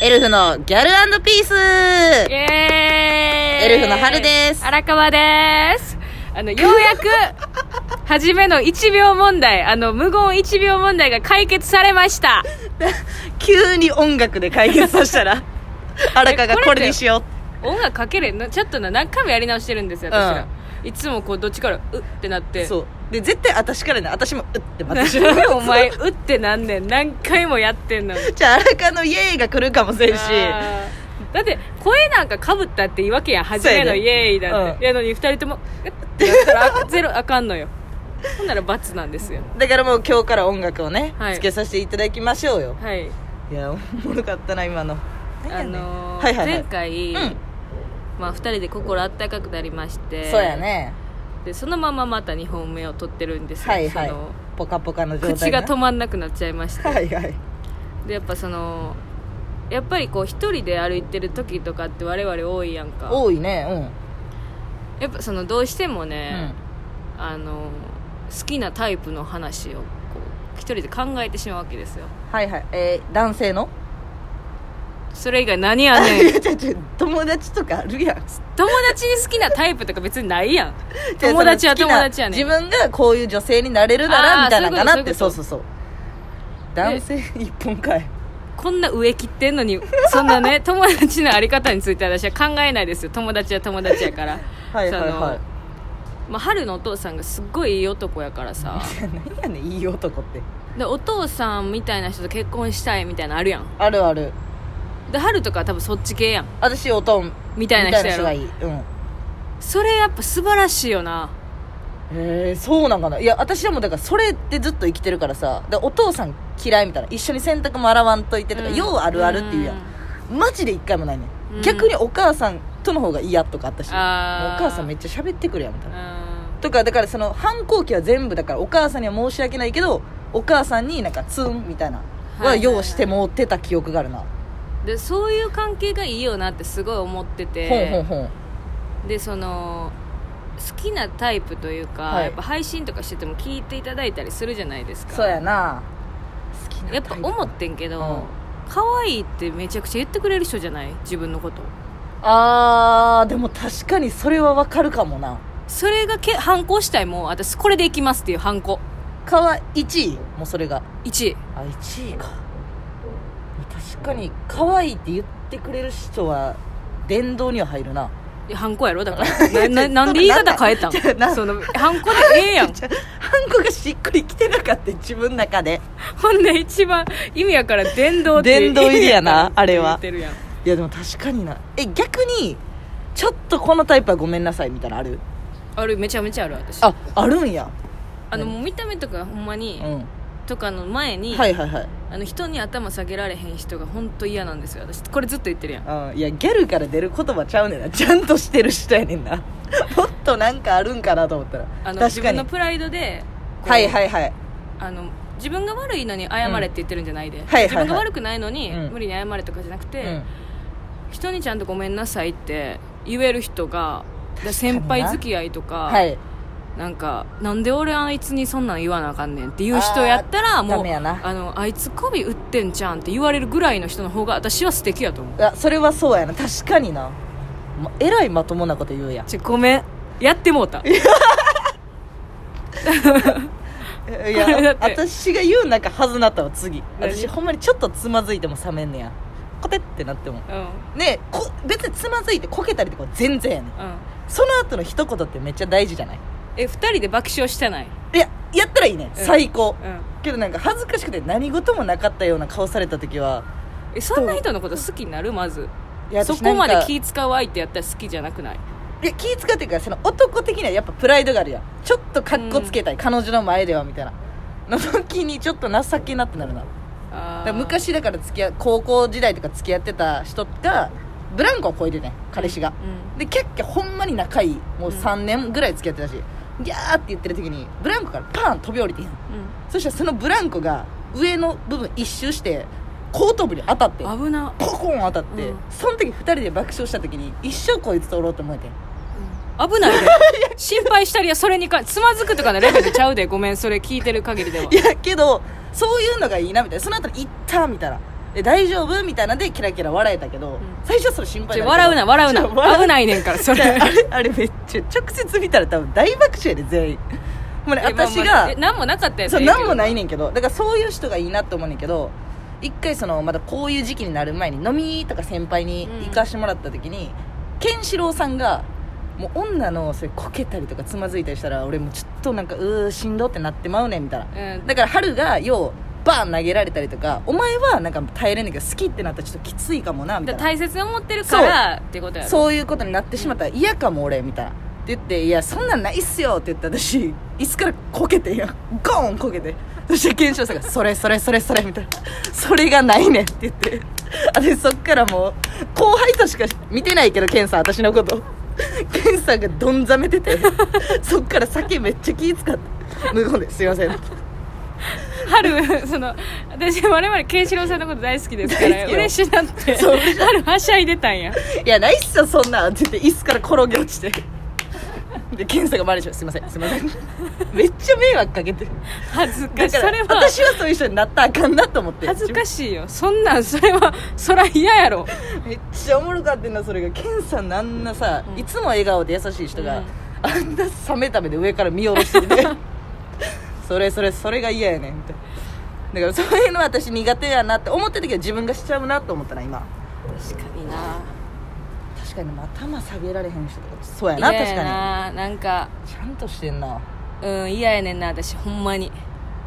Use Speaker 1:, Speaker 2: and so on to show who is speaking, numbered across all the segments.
Speaker 1: エルフのギャルピース
Speaker 2: イエーイ
Speaker 1: エルフの春です
Speaker 2: 荒川ですあのようやく初めの1秒問題あの無言1秒問題が解決され ました
Speaker 1: 急に音楽で解決させた ら、あらかがこれにしよ
Speaker 2: 音楽かけれんのちょっとな何回もやり直してるんですよ私ら、いつもこうどっちからうってなっ
Speaker 1: う。
Speaker 2: て
Speaker 1: そう。で、絶対私からね、私も、うってまたし
Speaker 2: なんでお前うってなんねん何回もやってん の
Speaker 1: じゃあ、あらかのイエーイが来るかもせんし、
Speaker 2: あーだって声なんかかぶったっていいわけやん初めの
Speaker 1: そうやね
Speaker 2: イエーイだって、
Speaker 1: うん
Speaker 2: やのに2人とも「えっ?」てやったらあゼロあかんのよほんなら罰なんですよ
Speaker 1: だからもう今日から音楽をね、
Speaker 2: はい
Speaker 1: つけさせていただきましょうよ。
Speaker 2: は
Speaker 1: い
Speaker 2: い
Speaker 1: や、おもろかったな、今の。何
Speaker 2: あ
Speaker 1: やねん
Speaker 2: のー
Speaker 1: はいはいはい
Speaker 2: 前回、
Speaker 1: うん。
Speaker 2: まあ、2人で心あったかくなりまして
Speaker 1: そうやね。
Speaker 2: でそのまままた2本目を撮ってるんですよ
Speaker 1: はいはい
Speaker 2: その。
Speaker 1: ポカポカの状態、ね。
Speaker 2: 口が止まんなくなっちゃいまして、
Speaker 1: はいはい。
Speaker 2: でやっぱそのやっぱりこう一人で歩いてる時とかって我々多いやんか
Speaker 1: 多いね、う
Speaker 2: やっぱそのどうしても
Speaker 1: ん。うん
Speaker 2: ね、。あの好きなタイプの話をこう一人で考えてしまうわけですよ
Speaker 1: はいはい。えー、男性の
Speaker 2: それ以外何 や
Speaker 1: い
Speaker 2: ねん
Speaker 1: や、ちょちょ、友達とかあるやん。
Speaker 2: 友達に好きなタイプとか別にないやん友達は友達やねん
Speaker 1: 自分がこういう女性になれるなら
Speaker 2: あー
Speaker 1: みたいなのかなってそう
Speaker 2: そ
Speaker 1: う
Speaker 2: いう
Speaker 1: そ
Speaker 2: こ
Speaker 1: うそう男性一本かい
Speaker 2: こんな上切ってんのにそんな ね友達のあり方について私は考えないですよ友達は友達やから
Speaker 1: はいはいは
Speaker 2: まあ、春のお父さんがすっごいいい男やからさ
Speaker 1: い何やねんいい男って
Speaker 2: でお父さんみたいな人と結婚したいみたいなのあるやん
Speaker 1: あるある
Speaker 2: で春とかは多分そっち系やん
Speaker 1: 私おとんみ
Speaker 2: みた
Speaker 1: た
Speaker 2: い
Speaker 1: い
Speaker 2: な
Speaker 1: な
Speaker 2: 人や
Speaker 1: 人が
Speaker 2: ろ
Speaker 1: いいうん
Speaker 2: それやっぱ素晴らしいよな
Speaker 1: へえそうなんかないや私はもうだからそれってずっと生きてるからさでお父さん嫌いみたいな一緒に洗濯も洗わんといてとか、
Speaker 2: うん
Speaker 1: ようあるあるっていうやん、マジで一回もないね、
Speaker 2: うん
Speaker 1: ん、逆にお母さんとの方が嫌とかあったしもうお
Speaker 2: あー
Speaker 1: 母さんめっちゃ喋ってくるやんみたいな
Speaker 2: う
Speaker 1: とかだからその反抗期は全部だからお母さんには申し訳ないけどお母さんになんかツンみたいな
Speaker 2: はいは
Speaker 1: はい用してもうてた記憶があるな、
Speaker 2: んでそういう関係がいいよなってすごい思ってて
Speaker 1: ほんほんほん
Speaker 2: でその好きなタイプというか、
Speaker 1: はい
Speaker 2: やっぱ配信とかしてても聞いていただいたりするじゃないですか
Speaker 1: そうやな好きな
Speaker 2: やっぱ
Speaker 1: タイプ
Speaker 2: 思ってんけど、
Speaker 1: うん
Speaker 2: 可愛いってめちゃくちゃ言ってくれる人じゃない自分のこと
Speaker 1: あーでも確かにそれはわかるかもな
Speaker 2: それがけ反抗したいもう私これでいきますっていう反抗
Speaker 1: かわ1位もうそれが
Speaker 2: 1位
Speaker 1: あ1位か確かに可愛いって言ってくれる人は殿堂には入るない
Speaker 2: や反抗やろだ からなななんで言い方変えた
Speaker 1: ちょなんん
Speaker 2: その反抗でええや ん
Speaker 1: じゃあ ハンコがしっくりきてなかった自分の中で
Speaker 2: ほんで一番意味やから電動って
Speaker 1: 殿堂入りやなあれは
Speaker 2: 言ってるやん
Speaker 1: いやでも確かになえ逆にちょっとこのタイプはごめんなさいみたいなのある
Speaker 2: あれめちゃめちゃある私あ
Speaker 1: ああるんや
Speaker 2: のもう見た目とかほんま
Speaker 1: う
Speaker 2: に、
Speaker 1: ん
Speaker 2: とかの前に、
Speaker 1: はいはいはい
Speaker 2: あの人に頭下げられへん人が本当嫌なんですよ私これずっと言ってるやん
Speaker 1: うんいやギャルから出る言葉ちゃうねんな ちゃんとしてる人やねんな もっとなんかあるんかなと思ったら
Speaker 2: あの自
Speaker 1: 確か
Speaker 2: 分
Speaker 1: に
Speaker 2: のプライドでこう
Speaker 1: はいはいはい
Speaker 2: あの自分が悪いのに謝れって言ってるんじゃないで、
Speaker 1: はいはい
Speaker 2: 自分が悪くないのに、
Speaker 1: うん
Speaker 2: 無理に謝れとかじゃなくて、
Speaker 1: うん
Speaker 2: 人にちゃんとごめんなさいって言える人がだから先輩付き合いとか、
Speaker 1: はい
Speaker 2: なんかなんで俺あいつにそんなん言わなあかんねんっていう人やったら
Speaker 1: あー
Speaker 2: も
Speaker 1: ダ
Speaker 2: う
Speaker 1: メやな
Speaker 2: あのあいつ媚び打ってんじゃんって言われるぐらいの人の方が私は素敵やと思う
Speaker 1: あそれはそうやな確かにな、ま、えらいまともなこと言うやん
Speaker 2: ちょごめんやってもうた
Speaker 1: えい
Speaker 2: これだ
Speaker 1: や
Speaker 2: って
Speaker 1: 私が言うなんかはずなったわ次
Speaker 2: 何
Speaker 1: 私ほんまにちょっとつまずいても冷めんねやコテってなっても
Speaker 2: うんうん
Speaker 1: ねえこ別につまずいてこけたりとか全然やねんその後の一言ってめっちゃ大事じゃない
Speaker 2: え二人で爆笑してない、
Speaker 1: いややったらいいね、
Speaker 2: うん
Speaker 1: 最高
Speaker 2: うん、
Speaker 1: けどなんか恥ずかしくて何事もなかったような顔された時は
Speaker 2: えそんな人のこと好きになるまず
Speaker 1: いや
Speaker 2: そ
Speaker 1: 私
Speaker 2: こま
Speaker 1: な
Speaker 2: で
Speaker 1: んかい
Speaker 2: 気使う相手やったら好きじゃなくない
Speaker 1: や気使ってるからその男的にはやっぱプライドがあるやんちょっとかっこつけたい、彼女の前ではみたいなの時にちょっと情けなってなるなだか
Speaker 2: あ
Speaker 1: ら
Speaker 2: ー
Speaker 1: 昔だから付き合高校時代とか付き合ってた人がブランコを超えてね彼氏が、
Speaker 2: う
Speaker 1: でキャッキャほんまに仲いいもう
Speaker 2: うん
Speaker 1: 3年ぐらい付き合ってたし、ギャーって言ってる時にブランコからパーン飛び降りてん
Speaker 2: ん
Speaker 1: そしたらそのブランコが上の部分一周して後頭部に当たって
Speaker 2: うん、危な、
Speaker 1: ココン当たって、
Speaker 2: うん
Speaker 1: その時2人で爆笑した時に一生こいつとおろうと思えてん
Speaker 2: 危ないで心配したりやそれにかつまずくとかのレベルちゃうでごめんそれ聞いてる限りではい
Speaker 1: やけどそういうのがいいなみたいなその後に行ったみたいなえ大丈夫みたいなんでキラキラ笑えたけど、最初それ心配
Speaker 2: ち
Speaker 1: だ
Speaker 2: ょ
Speaker 1: った
Speaker 2: 笑うな笑う
Speaker 1: ちょ笑
Speaker 2: な危ないねんからそ
Speaker 1: じゃ
Speaker 2: れ
Speaker 1: ああれあれめっちゃ直接見たら多分大爆笑やで全員もうね
Speaker 2: えまあ
Speaker 1: 私が、
Speaker 2: まあえ何もなかったやつ
Speaker 1: そうなんもないいねんけどだからそういう人がいいなって思うねんけど一回そのまだこういう時期になる前に飲みとか先輩に行かしてもらった時に、ケンシロウさんがもう女のそれこけたりとかつまずいたりしたら俺もうちょっとなんかうーしんどってなってまうねんみたいな
Speaker 2: うん
Speaker 1: だから春がようバーン投げられたりとかお前はなんか耐えれんねんけど好きってなったらちょっときついかもなみた
Speaker 2: だ
Speaker 1: い
Speaker 2: から
Speaker 1: な
Speaker 2: 大切に思ってるからってことやろ
Speaker 1: そういうことになってしまったら嫌かも俺みたいなって言って「いやそんなんないっすよ」って言って私椅子からこけていやゴーンこけてそして検証さんが「それそれそれそれ」みたいな「それがないねん」って言って私そっからもう後輩としか見てないけど健さん私のこと健さんがどんざめててそっから酒めっちゃ気使って無言ですいません
Speaker 2: 春その私我々ケンシロウさんのこと大好きですか
Speaker 1: 大
Speaker 2: ら
Speaker 1: 好きよ
Speaker 2: 嬉しいなって
Speaker 1: そう
Speaker 2: 春はしゃいでたんや
Speaker 1: いやないっすよそんなんって言って椅子から転げ落ちてで検査がマネージャーすいませんすいませんめっちゃ迷惑かけてる
Speaker 2: 恥ずか
Speaker 1: だ
Speaker 2: しい
Speaker 1: か
Speaker 2: それ
Speaker 1: ら
Speaker 2: は
Speaker 1: 私はそういう人になったらあかんなと思って
Speaker 2: 恥ずかしいよそんなんそれはそら嫌やろ
Speaker 1: めっちゃおもろかってんなそれがケンさんのあんなさ、
Speaker 2: うん
Speaker 1: いつも笑顔で優しい人が、
Speaker 2: うん
Speaker 1: あんな冷めた目で上から見下ろして てそれそれそれが嫌やねんみたいなだからそういうのは私苦手やなって思ってたけど自分がしちゃうなと思ったな今
Speaker 2: 確かにな
Speaker 1: 確かにでも頭下げられへん人とかそうやな
Speaker 2: 嫌
Speaker 1: 確
Speaker 2: や
Speaker 1: か
Speaker 2: ななんか
Speaker 1: にちゃんとしてんな
Speaker 2: うん嫌やねんな私ほんまに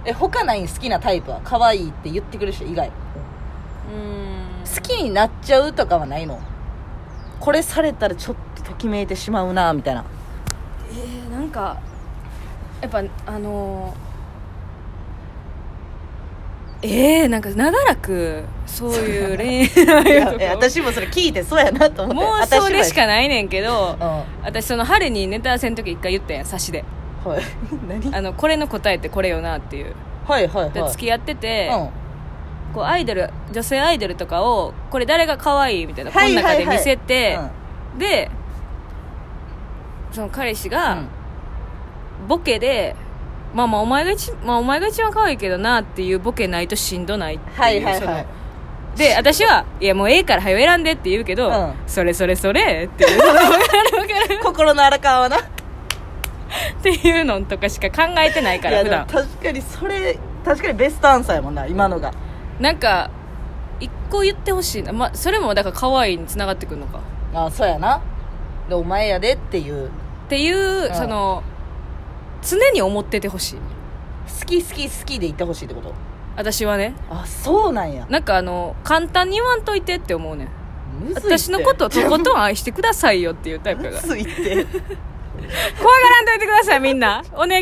Speaker 1: え他ない好きなタイプは可愛いって言ってくる人以外
Speaker 2: うん
Speaker 1: 好きになっちゃうとかはないのこれされたらちょっとときめいてしまうなみたいな
Speaker 2: えー、なんかやっぱあのー、えー、なんか長らくそういう 恋
Speaker 1: い
Speaker 2: 愛
Speaker 1: や
Speaker 2: と
Speaker 1: え
Speaker 2: か
Speaker 1: 私もそれ聞いてそうやなと思って
Speaker 2: 妄想でし
Speaker 1: な
Speaker 2: かないねんけど
Speaker 1: うんは
Speaker 2: 私その春にネタ合わせの時一回言ったやん差しで
Speaker 1: い何
Speaker 2: あのこれの答えってこれよなっていう
Speaker 1: はいはい
Speaker 2: で
Speaker 1: はい
Speaker 2: 付き合ってて、
Speaker 1: うん
Speaker 2: こうアイドル女性アイドルとかをこれ誰が可愛いみたいな、
Speaker 1: はいはいはい
Speaker 2: この中で見せて、
Speaker 1: うん
Speaker 2: でその彼氏が、
Speaker 1: うん
Speaker 2: ボケで、まあまあお前が一、まあお前が一番可愛いけどなっていうボケないとしんどないっていう。
Speaker 1: はいはいはい
Speaker 2: そので、私は、いやもうええから早よ選んでって言うけど、
Speaker 1: うん
Speaker 2: それそれそれっていう、わかるわかる
Speaker 1: 心の荒川はな
Speaker 2: っていうのとかしか考えてないか
Speaker 1: い
Speaker 2: ら、
Speaker 1: や
Speaker 2: 普
Speaker 1: でも
Speaker 2: 段。
Speaker 1: 確かにそれ確かにベストアンサーやもんな今のが
Speaker 2: なんか、一個言ってほしいな。まあ、それもだから可愛いに繋がってくるのか。
Speaker 1: あそうやなでお前やでっていう
Speaker 2: っていう、
Speaker 1: うん
Speaker 2: その、常に思っててほしい。
Speaker 1: 好き好き好きで言ってほしいってこと
Speaker 2: 私はね。
Speaker 1: あそうなんや
Speaker 2: なんかあの、簡単に言わんといてって思うねん。
Speaker 1: むずいって
Speaker 2: 私のことをとことん愛してくださいよっていうタイプ
Speaker 1: む
Speaker 2: が。
Speaker 1: ずいって
Speaker 2: 怖がらんといてくださいみんなお願い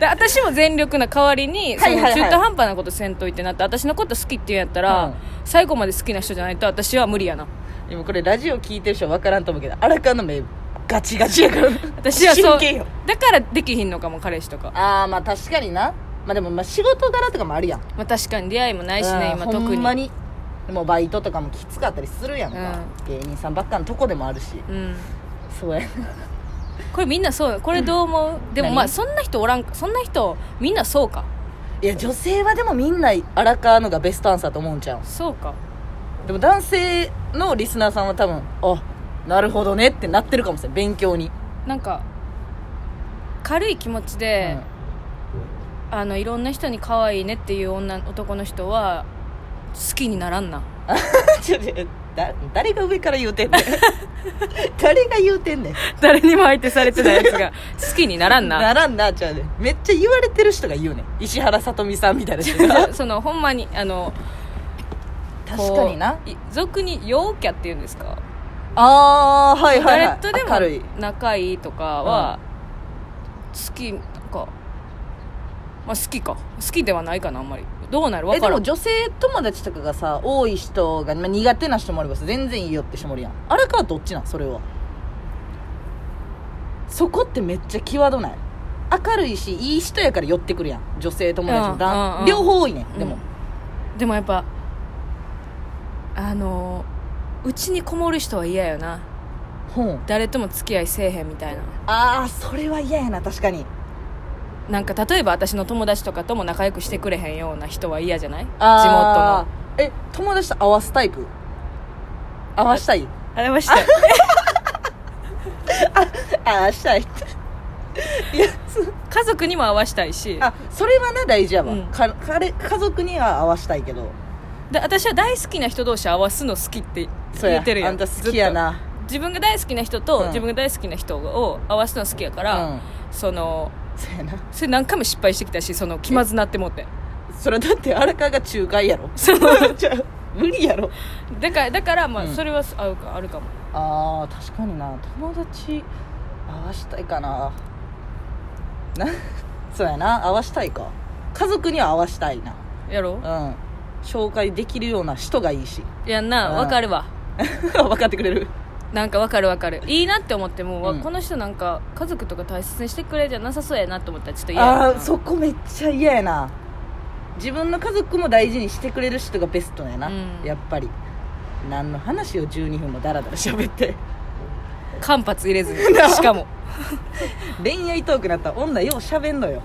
Speaker 2: で私も全力な代わりにそ
Speaker 1: はい
Speaker 2: の
Speaker 1: はいはい
Speaker 2: 中途半端なことせんといてなって私のこと好きって言うんやったら、
Speaker 1: うん
Speaker 2: 最後まで好きな人じゃないと私は無理やな
Speaker 1: 今これラジオ聞いてる人は分からんと思うけど荒川の目ガチガチやからな
Speaker 2: 私はそ
Speaker 1: 真
Speaker 2: う
Speaker 1: 剣よ
Speaker 2: だからできひんのかも彼氏とか、
Speaker 1: ああまあ確かになまあでもまあ仕事柄とかもあるやん
Speaker 2: まあ、確かに出会いもないしね
Speaker 1: うん
Speaker 2: 今特に
Speaker 1: ほんまにでもバイトとかもきつかったりするやんか、芸人さんばっかのとこでもあるし
Speaker 2: うん
Speaker 1: そうや
Speaker 2: これみんなそうこれどう思う、でも
Speaker 1: 何
Speaker 2: まあそんな人おらんかそんな人みんなそうか
Speaker 1: いや女性はでもみんな荒川のがベストアンサーと思うんちゃう
Speaker 2: そうか
Speaker 1: でも男性のリスナーさんは多分あなるほどねってなってるかもしれん勉強に、
Speaker 2: なんか軽い気持ち
Speaker 1: うん
Speaker 2: で、あのいろんな人に可愛いねっていう女男の人は好きにならんな
Speaker 1: ちょちょだ誰が上から言うてんねん誰が言うてんねん
Speaker 2: 誰にも相手されてないやつが 好きにならんな
Speaker 1: ならんなちゃうねめっちゃ言われてる人が言うねん石原さとみさんみたいな 人が
Speaker 2: そのほんまにあのこう
Speaker 1: 確かにない
Speaker 2: 俗に陽キャっていうんですか
Speaker 1: ああはいはい、はい、
Speaker 2: 誰とで
Speaker 1: 明るい
Speaker 2: も仲いいとかは好きなんか、まあ、好きか好きではないかなあんまりどうなるわ
Speaker 1: えで
Speaker 2: から
Speaker 1: も
Speaker 2: ん
Speaker 1: 女性友達とかがさ多い人が、まあ、苦手な人もあればさ全然いいよって人もおるやんあれかどっちなんそれはそこってめっちゃ際どない明るいしいい人やから寄ってくるやん女性友達
Speaker 2: うん
Speaker 1: もだ、
Speaker 2: うんうん
Speaker 1: 両方多いね
Speaker 2: うん
Speaker 1: んでも、
Speaker 2: でもやっぱあのうちにこもる人は嫌よな
Speaker 1: ほん
Speaker 2: 誰とも付き合いせえへんみたいな
Speaker 1: ああそれは嫌やな確かに
Speaker 2: なんか例えば私の友達とかとも仲良くしてくれへんような人は嫌じゃない地
Speaker 1: あ
Speaker 2: 元
Speaker 1: ーえ友達と合わすタイプ合わした い
Speaker 2: あれました
Speaker 1: 合わしたいいやそう
Speaker 2: 家族にも会わしたいし
Speaker 1: あそれはな大事やわ、
Speaker 2: うん
Speaker 1: か彼家族には合わしたいけど
Speaker 2: で私は大好きな人同士合わすの好きって
Speaker 1: そう
Speaker 2: 言
Speaker 1: や
Speaker 2: ってるやん
Speaker 1: あんた好きや
Speaker 2: ずっ
Speaker 1: な
Speaker 2: と自分が大好きな人
Speaker 1: うん
Speaker 2: と自分が大好きな人を合わすの好きやから、
Speaker 1: うん
Speaker 2: その
Speaker 1: そうやな
Speaker 2: それ何回も失敗してきたしその気まずなってもって
Speaker 1: それだって荒川が仲介やろ
Speaker 2: そう
Speaker 1: じゃあ無理やろ
Speaker 2: だからだからま
Speaker 1: う
Speaker 2: あ
Speaker 1: ん
Speaker 2: それは合うか、あるかも
Speaker 1: あー確かにな友達合わしたいかななそうやな合わしたいか家族には合わしたいな
Speaker 2: やろ
Speaker 1: うん紹介できるような人がいいし
Speaker 2: やんな
Speaker 1: うん
Speaker 2: わかるわ
Speaker 1: 分かってくれる
Speaker 2: なんかわかるわかるいいなって思っても、わ
Speaker 1: うん
Speaker 2: この人なんか家族とか大切にしてくれじゃなさそうやなと思ったらちょっと嫌や
Speaker 1: あ
Speaker 2: な
Speaker 1: ーそこめっちゃ嫌やな自分の家族も大事にしてくれる人がベストやな、
Speaker 2: うん
Speaker 1: やっぱり何の話を12分もダラダラ喋って
Speaker 2: 間髪入れずにしかも
Speaker 1: 恋愛トークになったら女よう喋んのよ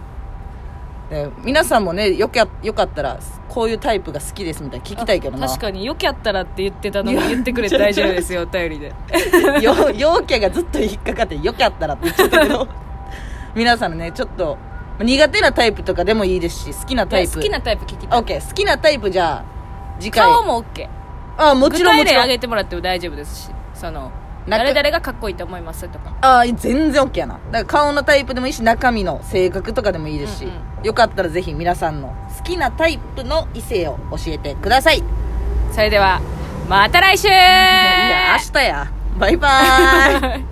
Speaker 1: で皆さんもねよきゃよかったらこういうタイプが好きですみたいな聞きたいけどな
Speaker 2: 確かによきゃったらって言ってたのも言ってくれて大丈夫ですよお便りで
Speaker 1: よ陽キャがずっと引っかかってよかったらって言っちゃったけど 皆さんのねちょっと苦手なタイプとかでもいいですし好きなタイプ
Speaker 2: 好きなタイプ聞きたい
Speaker 1: OK 好きなタイプじゃあ次回
Speaker 2: 顔も OK
Speaker 1: あもちろんもち
Speaker 2: 具体
Speaker 1: ろ
Speaker 2: 例挙
Speaker 1: ん
Speaker 2: げてもらっても大丈夫ですしその
Speaker 1: なんか
Speaker 2: 誰々がかっこいいと思いますとか
Speaker 1: あ全然 OK やなだから顔のタイプでもいいし中身の性格とかでもいいですし、
Speaker 2: うん
Speaker 1: よかったらぜひ皆さんの好きなタイプの異性を教えてください
Speaker 2: それではまた来週
Speaker 1: いや明日やバイバーイ
Speaker 2: Bye.